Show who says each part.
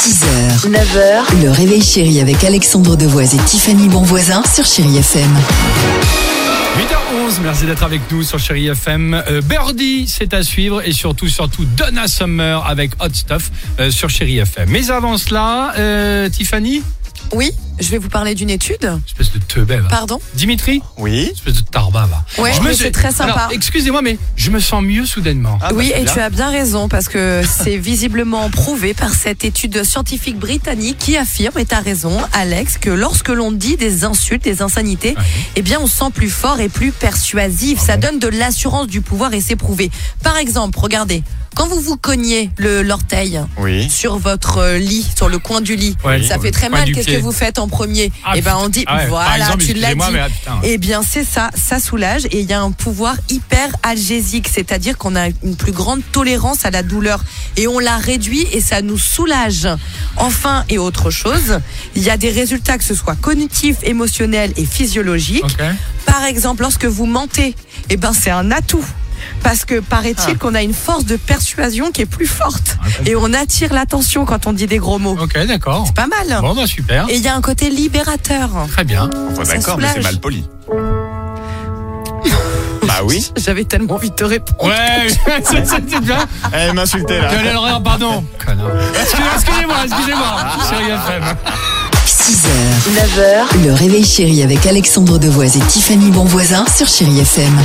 Speaker 1: 6h, 9h, le réveil chéri avec Alexandre Devoise et Tiffany Bonvoisin sur Chéri FM.
Speaker 2: 8h11, merci d'être avec nous sur Chéri FM. Euh, Birdie, c'est à suivre et surtout, surtout Donna Summer avec Hot Stuff euh, sur Chéri FM. Mais avant cela, euh, Tiffany,
Speaker 3: Oui, je vais vous parler d'une étude.
Speaker 2: espèce de teubé, va.
Speaker 3: Pardon
Speaker 2: Dimitri,
Speaker 4: Oui.
Speaker 2: espèce de tarba, va.
Speaker 3: Ouais,
Speaker 2: Je me
Speaker 3: mais
Speaker 2: suis-
Speaker 3: c'est très sympa.
Speaker 2: Alors, excusez-moi, mais je me sens mieux soudainement.
Speaker 4: Ah, bah,
Speaker 3: oui,
Speaker 4: c'est
Speaker 3: et
Speaker 4: bien.
Speaker 3: tu as bien raison parce que c'est visiblement prouvé par cette étude scientifique britannique qui affirme, et tu as raison Alex, que lorsque l'on dit des insultes, des insanités,
Speaker 4: Ah
Speaker 3: eh bien on se sent plus fort et plus persuasif. Ça donne de l'assurance du pouvoir et c'est prouvé. Par exemple, regardez, quand vous vous cognez le- l'orteil
Speaker 4: Oui.
Speaker 3: sur votre euh, lit, sur le coin du lit,
Speaker 2: Ouais,
Speaker 3: ça
Speaker 2: oui.
Speaker 3: fait très
Speaker 2: Coin
Speaker 3: mal.
Speaker 2: du
Speaker 3: Qu'est-ce
Speaker 2: pied.
Speaker 3: que vous faites en premier
Speaker 2: Ah,
Speaker 3: Eh ben
Speaker 2: putain.
Speaker 3: on dit,
Speaker 2: Ah ouais, par
Speaker 3: voilà,
Speaker 2: exemple,
Speaker 3: tu l'as dit.
Speaker 2: excusez-moi, mais, ah, putain.
Speaker 3: Eh bien, c'est ça, ça soulage et il y a un pouvoir hyper algésique, c'est-à-dire qu'on a une plus grande tolérance à la douleur et on la réduit et ça nous soulage. Enfin, et autre chose, il y a des résultats que ce soit cognitifs, émotionnels et physiologiques.
Speaker 2: Ok.
Speaker 3: Par exemple, lorsque vous mentez, eh ben, c'est un atout. Parce que paraît-il qu'on a une force de persuasion qui est plus forte et on attire l'attention quand on dit des gros mots.
Speaker 2: Ok, d'accord.
Speaker 3: Pas mal.
Speaker 2: Bon, bah super.
Speaker 3: Et il y a un côté libérateur.
Speaker 2: Très bien.
Speaker 4: Enfin,
Speaker 3: Ça
Speaker 4: d'accord, mais c'est
Speaker 3: soulage.
Speaker 4: mal poli. bah oui.
Speaker 3: J'avais tellement envie de te répondre.
Speaker 2: Ouais, c'est- c'est bien.
Speaker 4: Elle m'insultait Eh, là.
Speaker 2: Quelle erreur, pardon. Connard. Excusez- Excusez-moi, excusez-moi. Chéri FM.
Speaker 1: 6h, 9h, le réveil chéri avec Alexandre Devoise et Tiffany Bonvoisin sur Chéri FM.